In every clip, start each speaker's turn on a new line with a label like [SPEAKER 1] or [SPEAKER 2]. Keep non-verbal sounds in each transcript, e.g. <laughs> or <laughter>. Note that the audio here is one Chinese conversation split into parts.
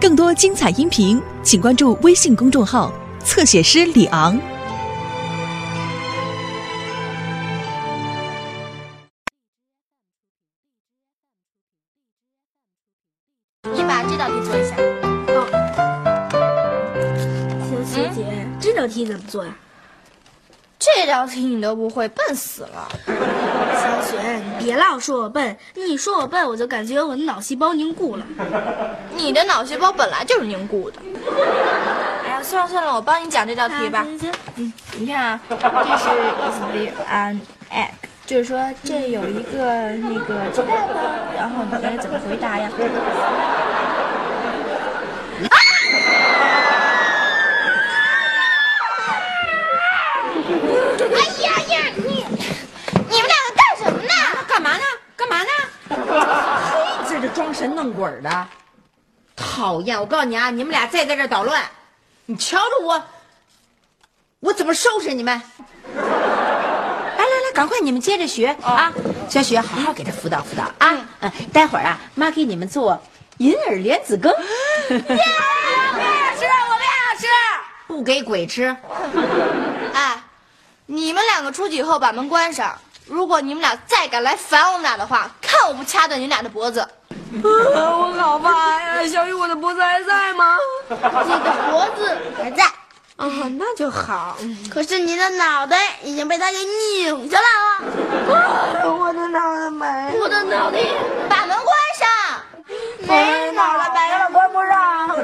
[SPEAKER 1] 更多精彩音频，请关注微信公众号“侧写师李昂”。
[SPEAKER 2] 你把这道题做一下。
[SPEAKER 3] 行，学姐，这道题怎么做呀、
[SPEAKER 2] 这道题你都不会，笨死了。
[SPEAKER 3] 小雪，你别老说我笨，你一说我笨，我就感觉我的脑细胞凝固了。
[SPEAKER 2] 你的脑细胞本来就是凝固的。哎呀，算了算了，我帮你讲这道题
[SPEAKER 4] 嗯
[SPEAKER 2] 吧。
[SPEAKER 3] 行行行
[SPEAKER 2] 你看啊，这是 is there an egg？就是说这有一个那个鸡蛋吗？然后你应该怎么回答呀？
[SPEAKER 4] 哎呀呀，你你们两个干什么呢？
[SPEAKER 2] 干嘛呢？干嘛呢？
[SPEAKER 5] 在这装神弄鬼儿的，
[SPEAKER 2] 讨厌！我告诉你啊，你们俩再在这儿捣乱，
[SPEAKER 5] 你瞧着我，我怎么收拾你们？来来来，赶快你们接着学、
[SPEAKER 2] 哦
[SPEAKER 5] 啊！小雪，好好给他辅导辅导啊！嗯、待会儿啊，妈给你们做银耳莲子羹，
[SPEAKER 2] 吃我们俩吃。
[SPEAKER 5] 不给鬼吃。
[SPEAKER 2] <laughs> 哎，你们两个出去以后把门关上。如果你们俩再敢来烦我们俩的话，看我不掐断你俩的脖子！
[SPEAKER 3] 我好怕呀，小雨，我的脖子还在吗？
[SPEAKER 2] 你的脖子还在，
[SPEAKER 3] 啊、 <laughs> 那就好。
[SPEAKER 4] 可是您的脑袋已经被他给拧下来了。
[SPEAKER 3] <laughs> 我的脑袋没，
[SPEAKER 4] 我的脑袋，
[SPEAKER 2] 把门关上。
[SPEAKER 3] 没脑袋没了，关不上。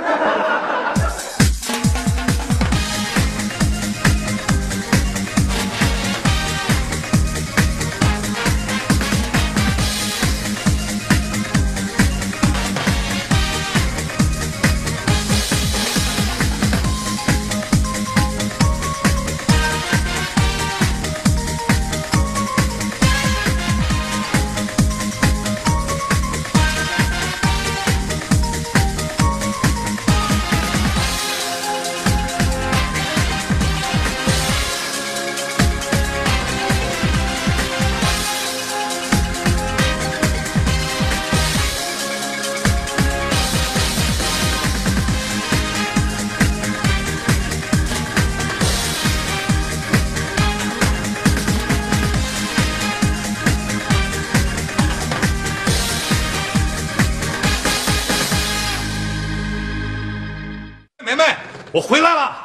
[SPEAKER 6] 梅梅，我回来了。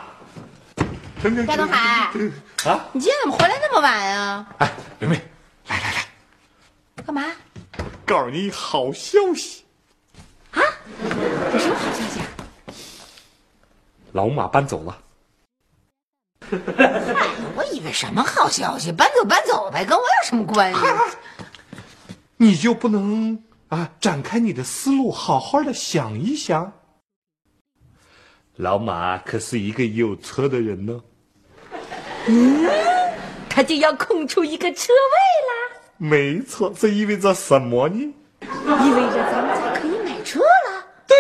[SPEAKER 2] 大东海，
[SPEAKER 6] 啊，
[SPEAKER 2] 你今天怎么回来那么晚啊？
[SPEAKER 6] 哎，梅梅，来来来，
[SPEAKER 2] 干嘛？
[SPEAKER 6] 告诉你一好消息。
[SPEAKER 2] 有什么好消息啊？
[SPEAKER 6] 老马搬走了，
[SPEAKER 5] 我以为什么好消息，搬走搬走呗，跟我有什么关系？
[SPEAKER 6] 哎你就不能啊展开你的思路，好好的想一想？老马可是一个有车的人呢。
[SPEAKER 5] 他就要空出一个车位
[SPEAKER 6] 没错，这意味着什么呢？
[SPEAKER 5] 啦，意味着咱们家可以买车了。
[SPEAKER 6] 对，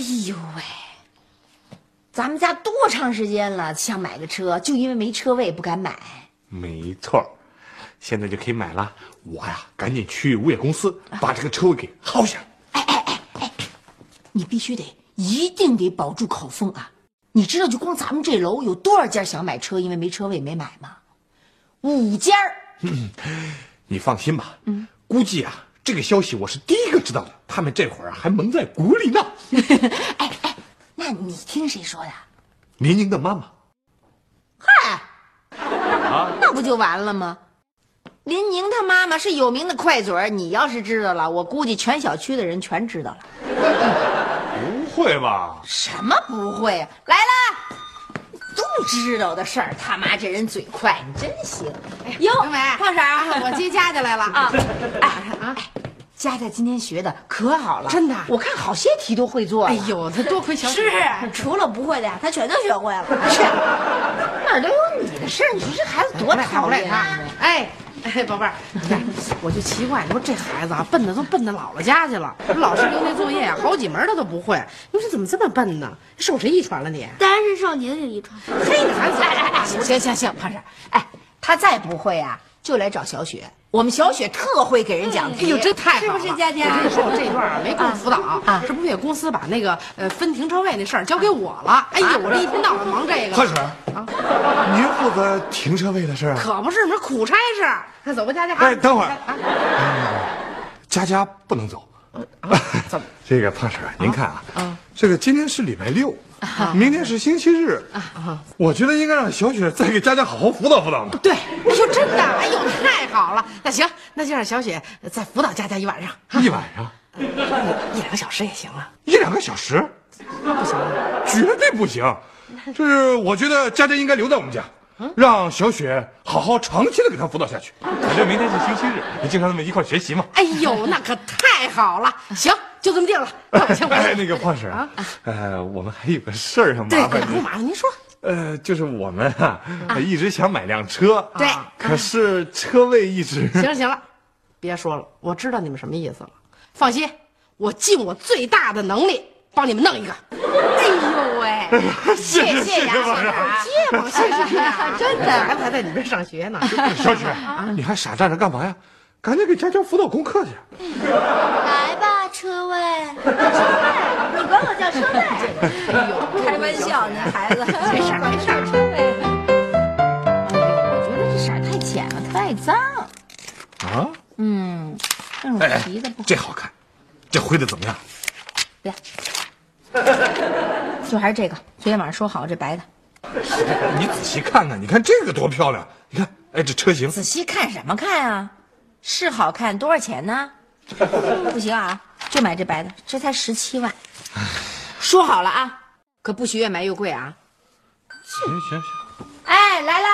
[SPEAKER 5] 哎呦喂，咱们家多长时间了想买个车，就因为没车位不敢买。
[SPEAKER 6] 没错，现在就可以买了。我呀，赶紧去物业公司把这个车位给薅下来。
[SPEAKER 5] 你必须得一定得保住口风啊！你知道就光咱们这楼有多少家想买车，因为没车位没买吗？五家儿
[SPEAKER 6] 你放心吧，嗯，估计啊，这个消息我是第一个知道的。他们这会儿啊还蒙在鼓里呢。
[SPEAKER 5] 那你听谁说的？
[SPEAKER 6] 宁宁的妈妈，
[SPEAKER 5] 嗨，那不就完了吗？林宁他妈妈是有名的快嘴儿，你要是知道了，我估计全小区的人全知道了。
[SPEAKER 6] 不会吧？
[SPEAKER 5] 什么不会啊？来啦！都知道的事儿，他妈这人嘴快，你真行。哎哟，胖婶儿，我接佳佳来了啊！哎啊，佳佳今天学的可好了，真的，我看好些题都会做。哎呦，她多亏小
[SPEAKER 3] 是，除了不会的呀，他全都学会了。
[SPEAKER 5] 是，哪儿都有你的事儿，你说这孩子多讨厌啊！
[SPEAKER 7] 哎，哎，宝贝儿，你看，我就奇怪，你说这孩子啊，笨的都笨到姥姥家去了。老师留那作业啊，好几门他都不会。你说怎么这么笨呢？受谁遗传了你？哎
[SPEAKER 3] 当然是受您的遗传。
[SPEAKER 7] 嘿，你孩子，
[SPEAKER 5] 哎行行行行，胖婶儿，哎，他再不会啊，就来找小雪。我们小雪特会给人讲题，
[SPEAKER 7] 哎呦，真太好
[SPEAKER 5] 是
[SPEAKER 7] 了！
[SPEAKER 5] 不是佳佳
[SPEAKER 7] 我？跟你说，我这一段啊没空辅导啊，这不是也公司把那个呃分停车位那事儿交给我
[SPEAKER 5] 啊
[SPEAKER 7] 了？哎呦，我这一天到晚忙这
[SPEAKER 6] 贺
[SPEAKER 7] 个，
[SPEAKER 6] 婶儿，您负责停车位的事儿啊？
[SPEAKER 7] 可不是，那苦差事儿。那走吧，佳佳。
[SPEAKER 6] 哎呃等会儿
[SPEAKER 7] 啊
[SPEAKER 6] 佳佳不能走。 <laughs>
[SPEAKER 7] 怎么？
[SPEAKER 6] 这个胖婶儿，您啊看啊，啊这个今天是礼拜六，明天是星期日，我觉得应该让小雪再给佳佳好好辅导辅导嘛。
[SPEAKER 7] 对，哎呦，真的，哎呦，太好了。那行，那就让小雪再辅导佳佳一晚上，
[SPEAKER 6] 一晚上
[SPEAKER 7] 一两个小时也行啊。
[SPEAKER 6] 一两个小时，不行，绝对不行。就是我觉得佳佳应该留在我们家，让小雪好好长期的给她辅导下去。反正明天是星期日，你经常这么一块儿学习嘛。
[SPEAKER 7] 哎呦，那可太好了。行，就这么定了。那我先回
[SPEAKER 6] 哎，
[SPEAKER 7] 去。
[SPEAKER 6] 那个胖婶儿，呃，我们还有个事儿要
[SPEAKER 7] 对
[SPEAKER 6] 麻，烦
[SPEAKER 7] 不
[SPEAKER 6] 您。
[SPEAKER 7] 麻烦，您说。
[SPEAKER 6] 呃，就是我们啊，一直想买辆车，啊
[SPEAKER 7] 对
[SPEAKER 6] 可是车位一直
[SPEAKER 7] 行了行了，别说了，我知道你们什么意思了。放心，我尽我最大的能力帮你们弄一个。
[SPEAKER 5] 哎呦喂，
[SPEAKER 6] 谢 <laughs>
[SPEAKER 5] 谢谢呀，小雪儿。
[SPEAKER 7] 谢谢谢谢啊，真的，啊还不还在你这上学呢？
[SPEAKER 6] 小 <laughs> 雪，你还傻站着干嘛呀？赶紧给佳佳辅导功课去。
[SPEAKER 4] 来吧，车位，
[SPEAKER 3] 哎
[SPEAKER 2] 你管我叫车位？
[SPEAKER 5] 开玩笑，您孩子，
[SPEAKER 7] 没事儿没事儿，
[SPEAKER 5] 我觉得这色儿太浅了，太脏。
[SPEAKER 6] 啊？
[SPEAKER 5] 嗯，这种
[SPEAKER 6] 哎
[SPEAKER 5] 皮的不，好，
[SPEAKER 6] 这好看，这灰的怎么样？
[SPEAKER 5] 就还是这个。昨天晚上说好这白的，
[SPEAKER 6] 你仔细看看，你看这个多漂亮！你看，哎，这车型
[SPEAKER 5] 仔细看什么看啊？是好看，多少钱呢？ <laughs> 不行啊，就买这白的，这才十七万。说好了啊，可不许越买越贵啊！
[SPEAKER 6] 行行行。
[SPEAKER 5] 哎，来了，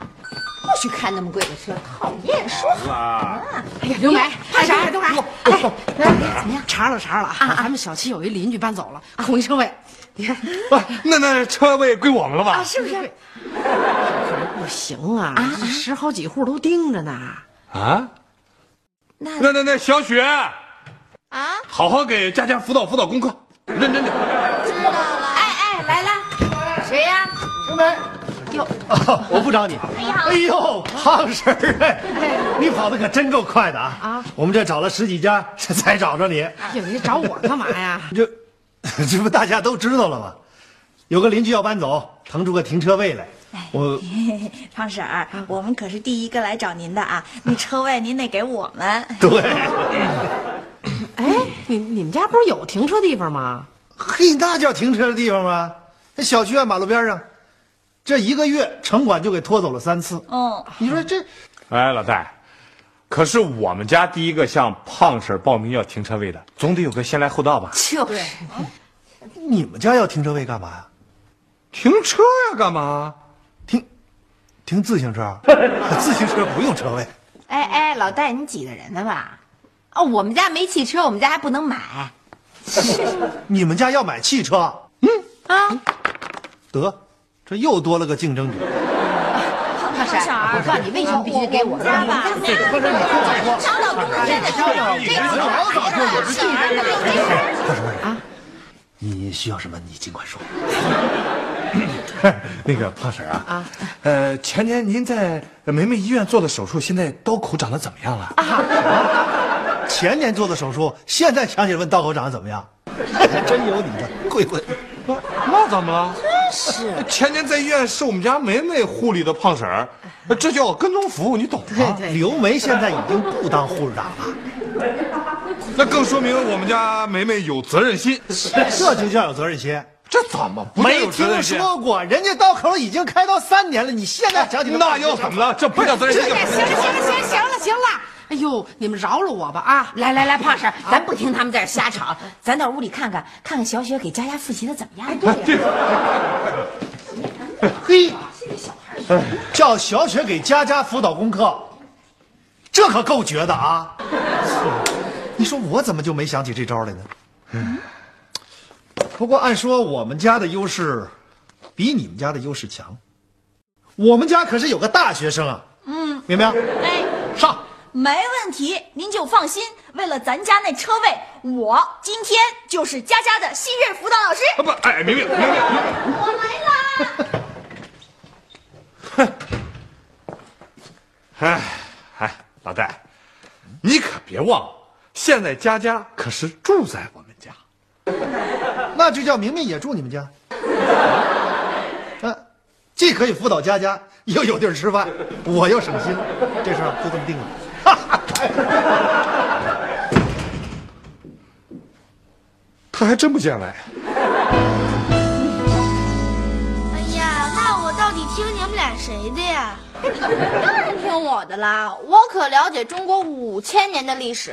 [SPEAKER 5] 不许看那么贵的车，讨厌！说好
[SPEAKER 7] 哎呀，刘梅，怕啥？刘梅，
[SPEAKER 6] 哦
[SPEAKER 5] 怎么样？
[SPEAKER 7] 查了查了啊，咱们小区有一邻居搬走了，空一车位。你看
[SPEAKER 6] 啊，那那车位归我们了吧？
[SPEAKER 7] 是不是？不行啊，十好几户都盯着呢。
[SPEAKER 6] 啊？那那那那小雪啊，好好给佳佳辅导辅导功课，认真点。
[SPEAKER 5] 哎，来了，谁呀？
[SPEAKER 8] 哦我不找你。哎呦，胖婶儿哎，你跑的可真够快的啊！啊，我们这找了十几家才找着你，
[SPEAKER 7] 哎呦，你找我干嘛呀？
[SPEAKER 8] 这 <laughs> 这不大家都知道了吗？有个邻居要搬走，腾出个停车位来，
[SPEAKER 5] 哎
[SPEAKER 8] 我
[SPEAKER 2] 胖婶
[SPEAKER 9] 啊
[SPEAKER 2] 儿，
[SPEAKER 9] 嗯
[SPEAKER 2] 我们可是第一个来找您的
[SPEAKER 9] <laughs>
[SPEAKER 2] 啊，那车位您得给我们。
[SPEAKER 8] 对，
[SPEAKER 7] <laughs> 哎，你你们家不是有停车地方吗？
[SPEAKER 8] 嘿，那叫停车的地方吗？那小区啊，马路边上，这一个月城管就给拖走了三次。
[SPEAKER 2] 嗯，
[SPEAKER 8] 你说这
[SPEAKER 6] 哎，老戴，可是我们家第一个向胖婶报名要停车位的，总得有个先来后到吧？
[SPEAKER 7] 就是，
[SPEAKER 8] 你们家要停车位干嘛呀？
[SPEAKER 6] 停车呀，干嘛？
[SPEAKER 8] 停，停自
[SPEAKER 6] <laughs>
[SPEAKER 8] 行车？啊自行车不用车位。
[SPEAKER 5] 哎哎，老戴，你挤得人呢吧？哦，我们家没汽车，我们家还不能买。
[SPEAKER 8] 你们家要买汽车？嗯啊，得，这又多了个竞争者。
[SPEAKER 5] 胖婶儿，我告诉你，为什么必须给我们家吧？找老公的真的是这个
[SPEAKER 8] 你需要什么？你尽管说。
[SPEAKER 6] <laughs> 那个胖婶啊，啊，呃，前年您在呃梅梅医院做的手术，现在刀口长得怎么样了？
[SPEAKER 8] 前年做的手术，现在想起来问道口长得怎么样，真有你的，贵贵。
[SPEAKER 6] 那怎么了？真是，前年在医院是我们家梅梅护理的胖婶儿，这叫跟踪服务，你懂吗？哎
[SPEAKER 8] 刘梅现在已经不当护士长了，
[SPEAKER 6] 那更说明我们家梅梅有责任心，
[SPEAKER 8] 这就叫有责任心。
[SPEAKER 6] 这怎么不叫
[SPEAKER 8] 没
[SPEAKER 6] 有责
[SPEAKER 8] 听
[SPEAKER 6] 任心？
[SPEAKER 8] 说过，人家道口已经开刀三年了，你现在想起来
[SPEAKER 6] 那又怎么了？这不叫责任心，
[SPEAKER 7] 哎，行了行了行了行了行了，哎呦，你们饶了我吧啊！
[SPEAKER 5] 来来来，胖婶儿，咱不听他们在这瞎吵，咱到屋里看看，看看小雪给佳佳复习的怎么样。对呀，
[SPEAKER 8] 嘿，叫小雪给佳佳辅导功课，这可够绝的啊！你说我怎么就没想起这招来呢？嗯不过按说我们家的优势比你们家的优势强，我们家可是有个大学生啊，嗯，明白？
[SPEAKER 9] 哎，
[SPEAKER 8] 上，
[SPEAKER 9] 没问题，您就放心。为了咱家那车位，我今天就是佳佳的新任辅导老师。
[SPEAKER 6] 啊不，哎，明明明明，
[SPEAKER 9] 我来啦！
[SPEAKER 6] 哎，别忘了，现在佳佳可是住在我们家。
[SPEAKER 8] 那就叫明明也住你们家。啊，既可以辅导佳佳，又有地儿吃饭，我又省心，这事儿就这么定了。
[SPEAKER 6] 他还真不见外。
[SPEAKER 3] 哎呀，那我到底听你们俩谁的呀？ <laughs>
[SPEAKER 4] 当然听我的啦，我可了解中国五千年的历史。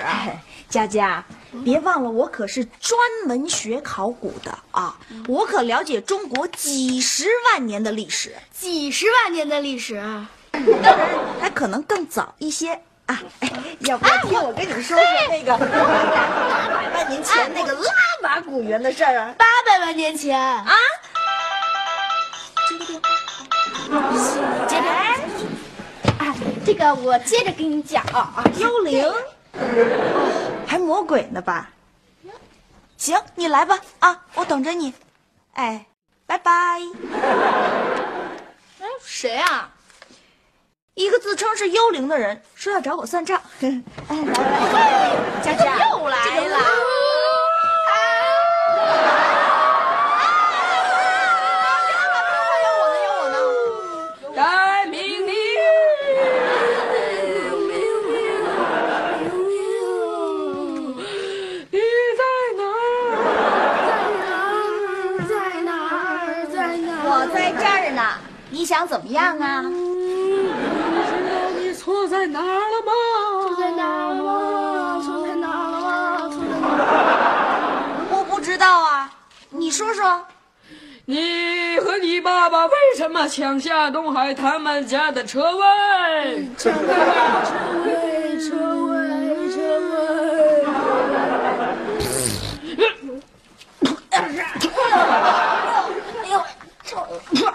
[SPEAKER 9] 佳佳，别忘了我可是专门学考古的啊，我可了解中国几十万年的历史，
[SPEAKER 3] 几十万年的历史，啊
[SPEAKER 9] 还可能更早一些啊。哎，要不要听我跟你说说那个八百 <laughs> 万年前那个拉玛古猿的事儿啊？
[SPEAKER 3] 八百万年前啊！这个，哎，这个我接着跟你讲啊。
[SPEAKER 9] 幽灵， <laughs> 还魔鬼呢吧？行，你来吧啊，我等着你。哎，拜拜。
[SPEAKER 4] 谁啊？
[SPEAKER 9] 一个自称是幽灵的人说要找我算账。 <laughs> 哎，来来来，佳佳，
[SPEAKER 4] 又来了。
[SPEAKER 9] 我在这儿呢，你想怎么样啊？我不知道啊，你说说。
[SPEAKER 10] 你和你爸爸为什么抢下东海他们家的车位？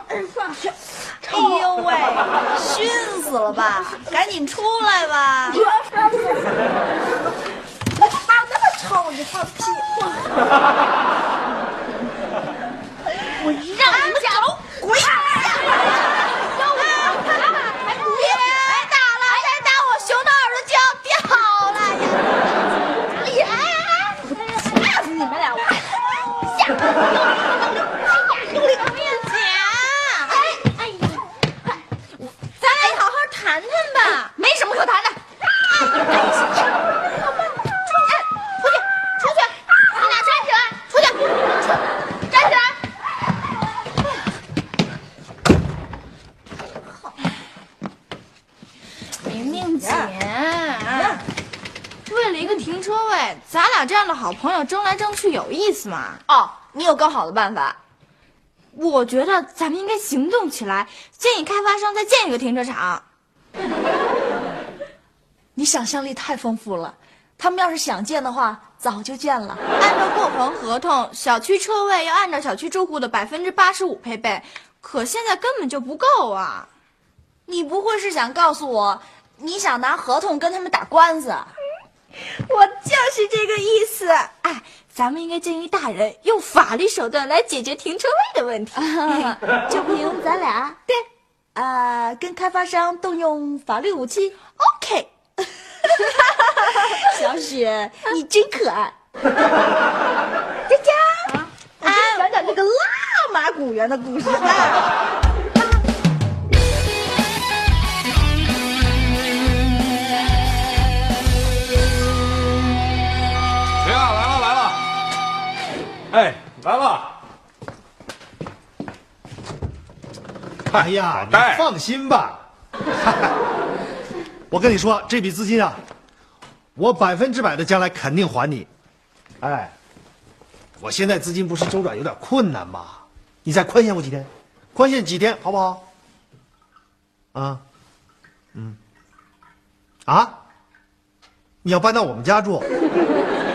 [SPEAKER 9] 哎呦喂，熏死了吧！赶紧出来吧！妈，那么臭，你放屁！
[SPEAKER 4] 让你们走，滚！别打了，再打我熊的耳朵就要掉了呀！哎呀，吓死你们俩！吓死我！哎呀，面姐，哎哎呀，咱俩好好谈谈吧。没什么可谈的。出去，出去，你俩站起来，出去，出，站起来。明明姐，为了一个停车位，咱俩这样的好朋友争来争去有意思吗？
[SPEAKER 9] 哦，你有更好的办法？
[SPEAKER 4] 我觉得咱们应该行动起来，建议开发商再建一个停车场。
[SPEAKER 9] 你想象力太丰富了，他们要是想建的话，早就建了。
[SPEAKER 4] 按照购房合同，小区车位要按照小区住户的百分之八十五配备，可现在根本就不够啊！
[SPEAKER 9] 你不会是想告诉我，你想拿合同跟他们打官司？
[SPEAKER 4] 我就是这个意思。哎，咱们应该建议大人用法律手段来解决停车位的问题。
[SPEAKER 9] <laughs> 就凭咱俩？对，呃，跟开发商动用法律武器？OK。小雪，你真
[SPEAKER 4] <laughs>
[SPEAKER 9] 可爱。佳佳，我
[SPEAKER 4] 啊
[SPEAKER 9] 给你讲讲那个拉玛古猿的故事。
[SPEAKER 6] 谁啊？来了来了！哎，来了！
[SPEAKER 8] 哎呀，你
[SPEAKER 6] 呆
[SPEAKER 8] 放心吧， <laughs> 我跟你说，这笔资金啊，我百分之百的将来肯定还你。哎，我现在资金不是周转有点困难吗？你再宽限我几天，宽限几天好不好？啊，嗯，啊，你要搬到我们家住？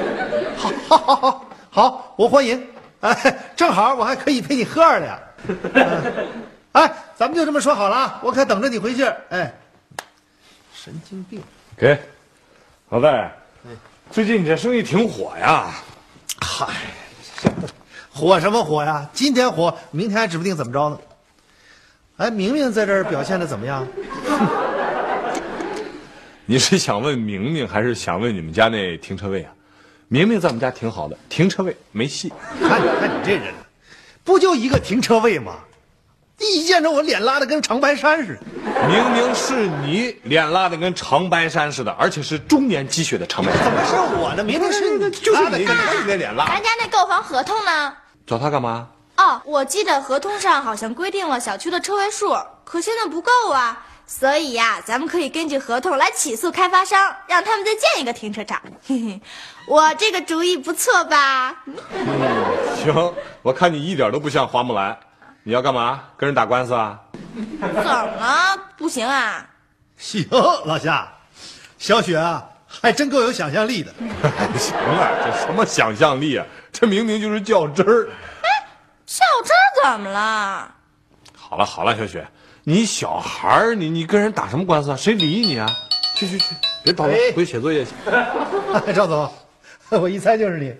[SPEAKER 8] <laughs> 好，好，好，好，好，我欢迎。哎，正好我还可以陪你喝二两。哎，咱们就这么说好了啊，我可等着你回信儿。哎，神经病，
[SPEAKER 6] 给，老戴，最近你这生意挺火呀。
[SPEAKER 8] 嗨，火什么火呀？今天火，明天还指不定怎么着呢。哎，明明在这儿表现的怎么样？
[SPEAKER 6] 你是想问明明，还是想问你们家那停车位啊？明明在我们家挺好的，停车位没戏。
[SPEAKER 8] 看你看你这人，不就一个停车位吗？一见着我脸拉的跟长白山似的。
[SPEAKER 6] 明明是你脸拉的跟长白山似的，而且是中年积雪的长白山。
[SPEAKER 8] 怎么是我呢？明明是你
[SPEAKER 6] 就是
[SPEAKER 8] 拉的
[SPEAKER 6] 你，
[SPEAKER 8] 跟
[SPEAKER 6] 你那脸拉
[SPEAKER 4] 咱。家那购房合同呢？
[SPEAKER 6] 找他干嘛？
[SPEAKER 4] 哦，我记得合同上好像规定了小区的车位数，可现在不够啊。所以呀、咱们可以根据合同来起诉开发商，让他们再建一个停车场。 <laughs> 嘿嘿，我这个主意不错吧？
[SPEAKER 6] 行，我看你一点都不像花木兰。你要干嘛？跟人打官司啊？
[SPEAKER 4] 怎么了？不行啊？
[SPEAKER 8] 行，老夏，小雪啊，还真够有想象力的。
[SPEAKER 6] 哎行了，这什么想象力啊？这明明就是较真儿。
[SPEAKER 4] 较真儿怎么了？
[SPEAKER 6] 好了好了，小雪，你小孩儿，你你跟人打什么官司啊？谁理你啊？去去去，别捣乱
[SPEAKER 8] 哎，
[SPEAKER 6] 回去写作业去。
[SPEAKER 8] 哎 <laughs> 赵总，我一猜就是你。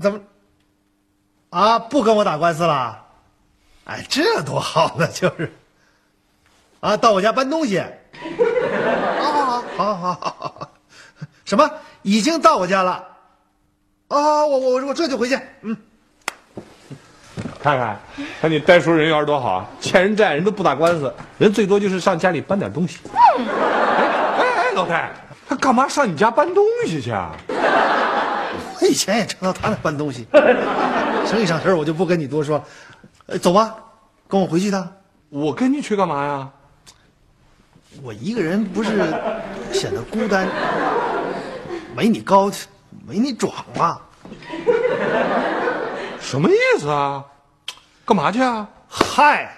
[SPEAKER 8] 怎么？啊，不跟我打官司了？哎，这多好呢，就是。啊，到我家搬东西。好好好，好好好好。什么？已经到我家了？啊，我我我这就回去。嗯，
[SPEAKER 6] 看看，看你代收人员多好 <laughs> 啊！欠人债人都不打官司，人最多就是上家里搬点东西。哎哎哎，老太，他干嘛上你家搬东西去啊？
[SPEAKER 8] 我以前也常到他那搬东西。 <laughs> 生意上事儿我就不跟你多说了。呃走吧，跟我回去一趟。
[SPEAKER 6] 我跟你去干嘛呀？
[SPEAKER 8] 我一个人不是显得孤单， <laughs> 没你高，没你壮啊。
[SPEAKER 6] 什么意思啊？干嘛去啊？
[SPEAKER 8] 嗨，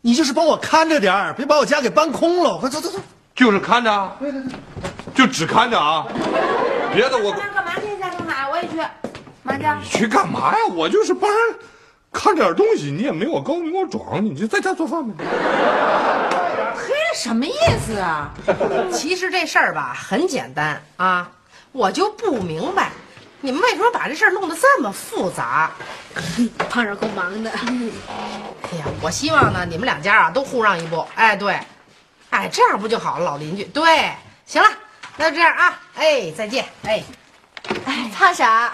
[SPEAKER 8] 你就是帮我看着点儿，别把我家给搬空了。快走走走，
[SPEAKER 6] 就是看着啊，就只看着啊，别的我
[SPEAKER 5] 家干嘛去？家干嘛？我也去。麻将
[SPEAKER 6] 你去干嘛呀？我就是帮人看点东西，你也没我高，没我壮，你就在家做饭呗。
[SPEAKER 5] 嘿，
[SPEAKER 7] 什么意思 <laughs> 啊？其实这事儿吧很简单啊，我就不明白，你们为什么把这事儿弄得这么复杂？ <laughs>
[SPEAKER 3] 胖婶够忙的。
[SPEAKER 7] 哎呀，我希望呢，你们两家啊都互让一步。哎，对，哎，这样不就好了？老邻居，对，行了，那就这样啊。哎，再见。哎，
[SPEAKER 4] 哎，胖婶儿。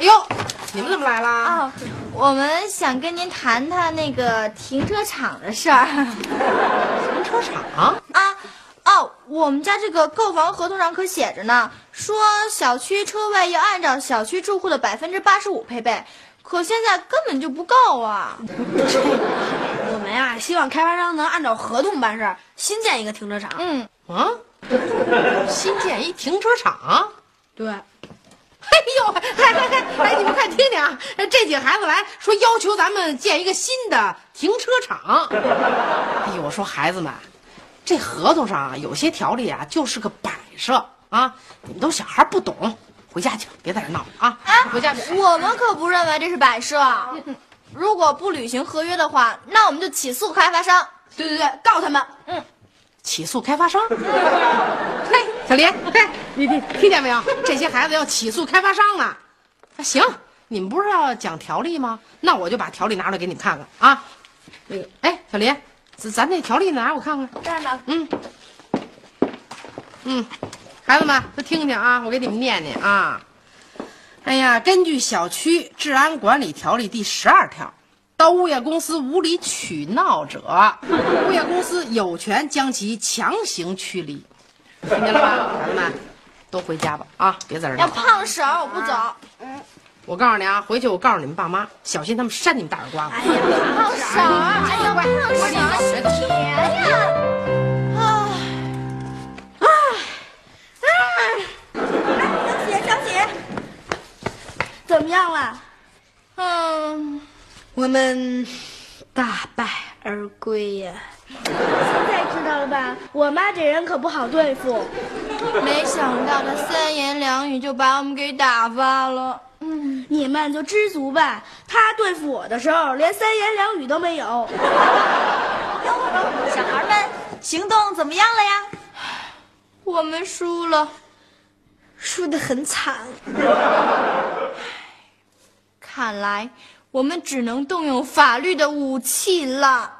[SPEAKER 7] 哎呦，你们怎么来啦？
[SPEAKER 4] 哦，我们想跟您谈谈那个停车场的事儿
[SPEAKER 7] 停车场。
[SPEAKER 4] 啊。哦，我们家这个购房合同上可写着呢，说小区车位要按照小区住户的百分之八十五配备，可现在根本就不够啊。
[SPEAKER 3] 我们呀、希望开发商能按照合同办事儿，新建一个停车场。
[SPEAKER 4] 嗯，
[SPEAKER 7] 啊， <laughs> 新建一停车场。 <laughs>
[SPEAKER 3] 对，
[SPEAKER 7] 哎呦，嗨嗨嗨！哎，你们快听听啊，这几个孩子来说要求咱们建一个新的停车场。哎呦，我说孩子们，这合同上啊，有些条例啊就是个摆设啊，你们都小孩不懂，回家去吧，别在这闹了啊！回家去。
[SPEAKER 4] <laughs> 我们可不认为这是摆设。啊如果不履行合约的话，那我们就起诉开发商。
[SPEAKER 3] 对对对，告他们。
[SPEAKER 7] 起诉开发商。嘿，小林，嘿，你你听见没有？这些孩子要起诉开发商呢。啊，行，你们不是要讲条例吗？那我就把条例拿出来给你们看看啊。那个，哎，小林，咱咱那条例拿我看看。
[SPEAKER 4] 这儿呢，
[SPEAKER 7] 嗯，嗯，孩子们都听听啊，我给你们念念啊。哎呀，根据《小区治安管理条例》第十二条，到物业公司无理取闹者， <laughs> 物业公司有权将其强行驱离。听见了吧，孩子们，都回家吧啊，别在这儿闹
[SPEAKER 4] 要
[SPEAKER 7] 了。
[SPEAKER 4] 胖婶儿，我不走。
[SPEAKER 7] 我告诉你啊，回去我告诉你们爸妈，小心他们扇你们大耳刮子。
[SPEAKER 4] 哎胖婶儿，哎呀，胖婶儿，
[SPEAKER 7] 别走。
[SPEAKER 4] 哎呀。
[SPEAKER 9] 小姐，小姐，怎么样了？
[SPEAKER 3] 嗯，我们大败而归呀、
[SPEAKER 2] 现在知道了吧？我妈这人可不好对付。
[SPEAKER 4] 没想到他三言两语就把我们给打发了。嗯
[SPEAKER 3] 你们就知足吧。他对付我的时候，连三言两语都没有。
[SPEAKER 9] 小孩们，行动怎么样了呀？
[SPEAKER 4] 我们输了，
[SPEAKER 3] 输得很惨。
[SPEAKER 4] 看来我们只能动用法律的武器了。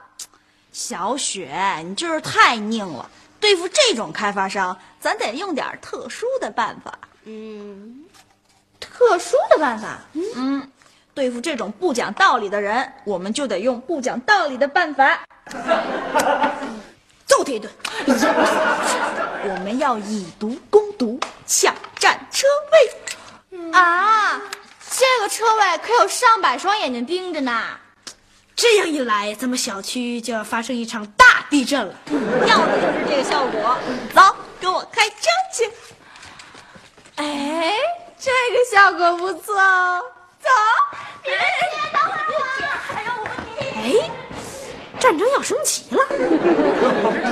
[SPEAKER 9] 小雪，你就是太拧了，对付这种开发商，咱得用点儿特殊的办法。
[SPEAKER 4] 嗯，
[SPEAKER 9] 特殊的办法。嗯，对付这种不讲道理的人，我们就得用不讲道理的办法，揍他一顿。我们要以毒攻毒，抢占车位。
[SPEAKER 4] 啊，这个车位可有上百双眼睛盯着呢。
[SPEAKER 3] 这样一来，咱们小区就要发生一场大地震了。
[SPEAKER 9] 要的就是这个效果。走，跟我开车去。
[SPEAKER 4] 哎，这个效果不错哦。走，你们先等会儿我。哎呀，我
[SPEAKER 3] 哎，战争要升级了！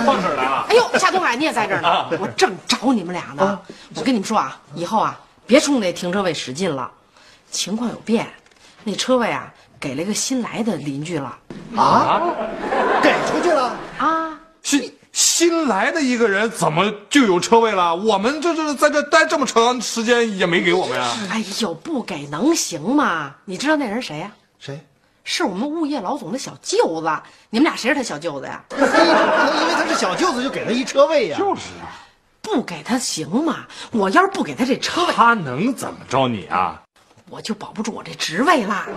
[SPEAKER 6] 放这儿来了。
[SPEAKER 7] 哎呦，夏东海你也在这儿呢
[SPEAKER 6] 啊，
[SPEAKER 7] 我正找你们俩呢。我跟你们说啊，以后啊，别冲那停车位使劲了，情况有变，那车位啊给了一个新来的邻居了
[SPEAKER 8] 啊，给出去了。
[SPEAKER 7] 啊。
[SPEAKER 6] 新新来的一个人怎么就有车位了？我们这这在这待这么长时间也没给我们呀。
[SPEAKER 7] 哎呦，不给能行吗？你知道那人谁呀、
[SPEAKER 8] 谁？
[SPEAKER 7] 是我们物业老总的小舅子。你们俩谁是他小舅子呀？
[SPEAKER 8] 那非常不能因为他是小舅子就给他一车位呀。
[SPEAKER 6] 是啊，
[SPEAKER 7] 不给他行吗？我要是不给他这车位，
[SPEAKER 6] 他能怎么着你啊？
[SPEAKER 7] 我就保不住我这职位啦。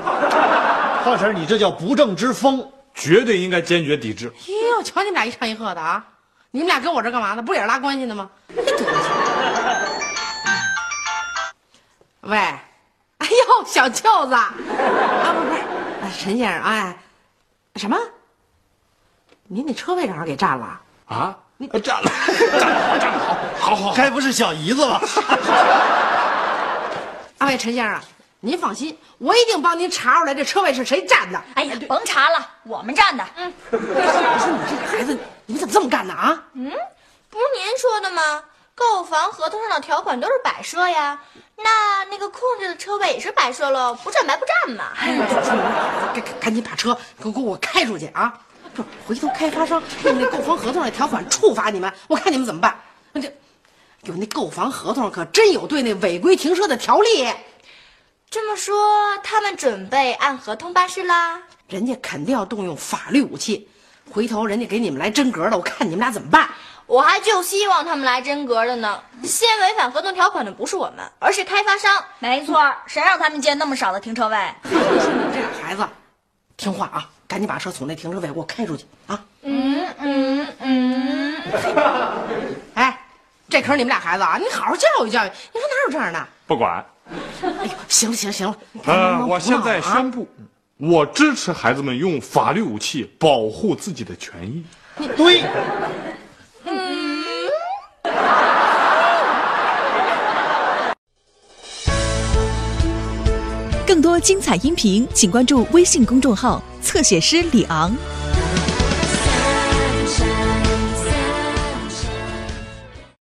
[SPEAKER 8] 胖婶儿，你这叫不正之风。
[SPEAKER 6] 绝对应该坚决抵制。
[SPEAKER 7] 哎呦，瞧你们俩一唱一和的啊！你们俩跟我这干嘛呢？不也是拉关系的吗？喂，哎呦，小舅子，啊，不是不是，呃陈先生，哎，什么？您那车位让人给占了？
[SPEAKER 6] 啊，站 <laughs> 了，站了，站了，好，好，好，
[SPEAKER 8] 该不是小姨子吧？
[SPEAKER 7] 啊喂，陈先生，您放心，我一定帮您查出来这车位是谁占的。
[SPEAKER 9] 哎呀，甭查了，我们站的。
[SPEAKER 4] 嗯
[SPEAKER 7] 我说你这个孩子，你们怎么这么干呢啊？
[SPEAKER 4] 不是您说的吗？购房合同上的条款都是摆设呀，那那个控制的车位也是摆设喽，不占白不占嘛。
[SPEAKER 7] <laughs> 赶赶赶紧把车给给我开出去啊！不是，回头开发商用那购房合同上的条款处罚你们，我看你们怎么办。这有那购房合同可真有对那违规停车的条例，
[SPEAKER 4] 这么说，他们准备按合同办事啦？
[SPEAKER 7] 人家肯定要动用法律武器。回头人家给你们来真格的，我看你们俩怎么办。
[SPEAKER 4] 我还就希望他们来真格的呢。先违反合同条款的不是我们，而是开发商。
[SPEAKER 9] 没错，谁让他们建那么少的停车位？
[SPEAKER 7] 这俩孩子，听话啊，赶紧把车从那停车位给我开出去啊！
[SPEAKER 4] 嗯嗯嗯，
[SPEAKER 7] <laughs> 哎，这可是你们俩孩子啊，你好好教育教育。你说哪有这样的？
[SPEAKER 6] 不管。
[SPEAKER 7] 行了行了行了，
[SPEAKER 6] 呃，我现在
[SPEAKER 7] 宣
[SPEAKER 6] 宣布，我支持孩子们用法律武器保护自己的权益。
[SPEAKER 8] 对，
[SPEAKER 1] 更多精彩音频，请关注微信公众号“侧写师李昂”。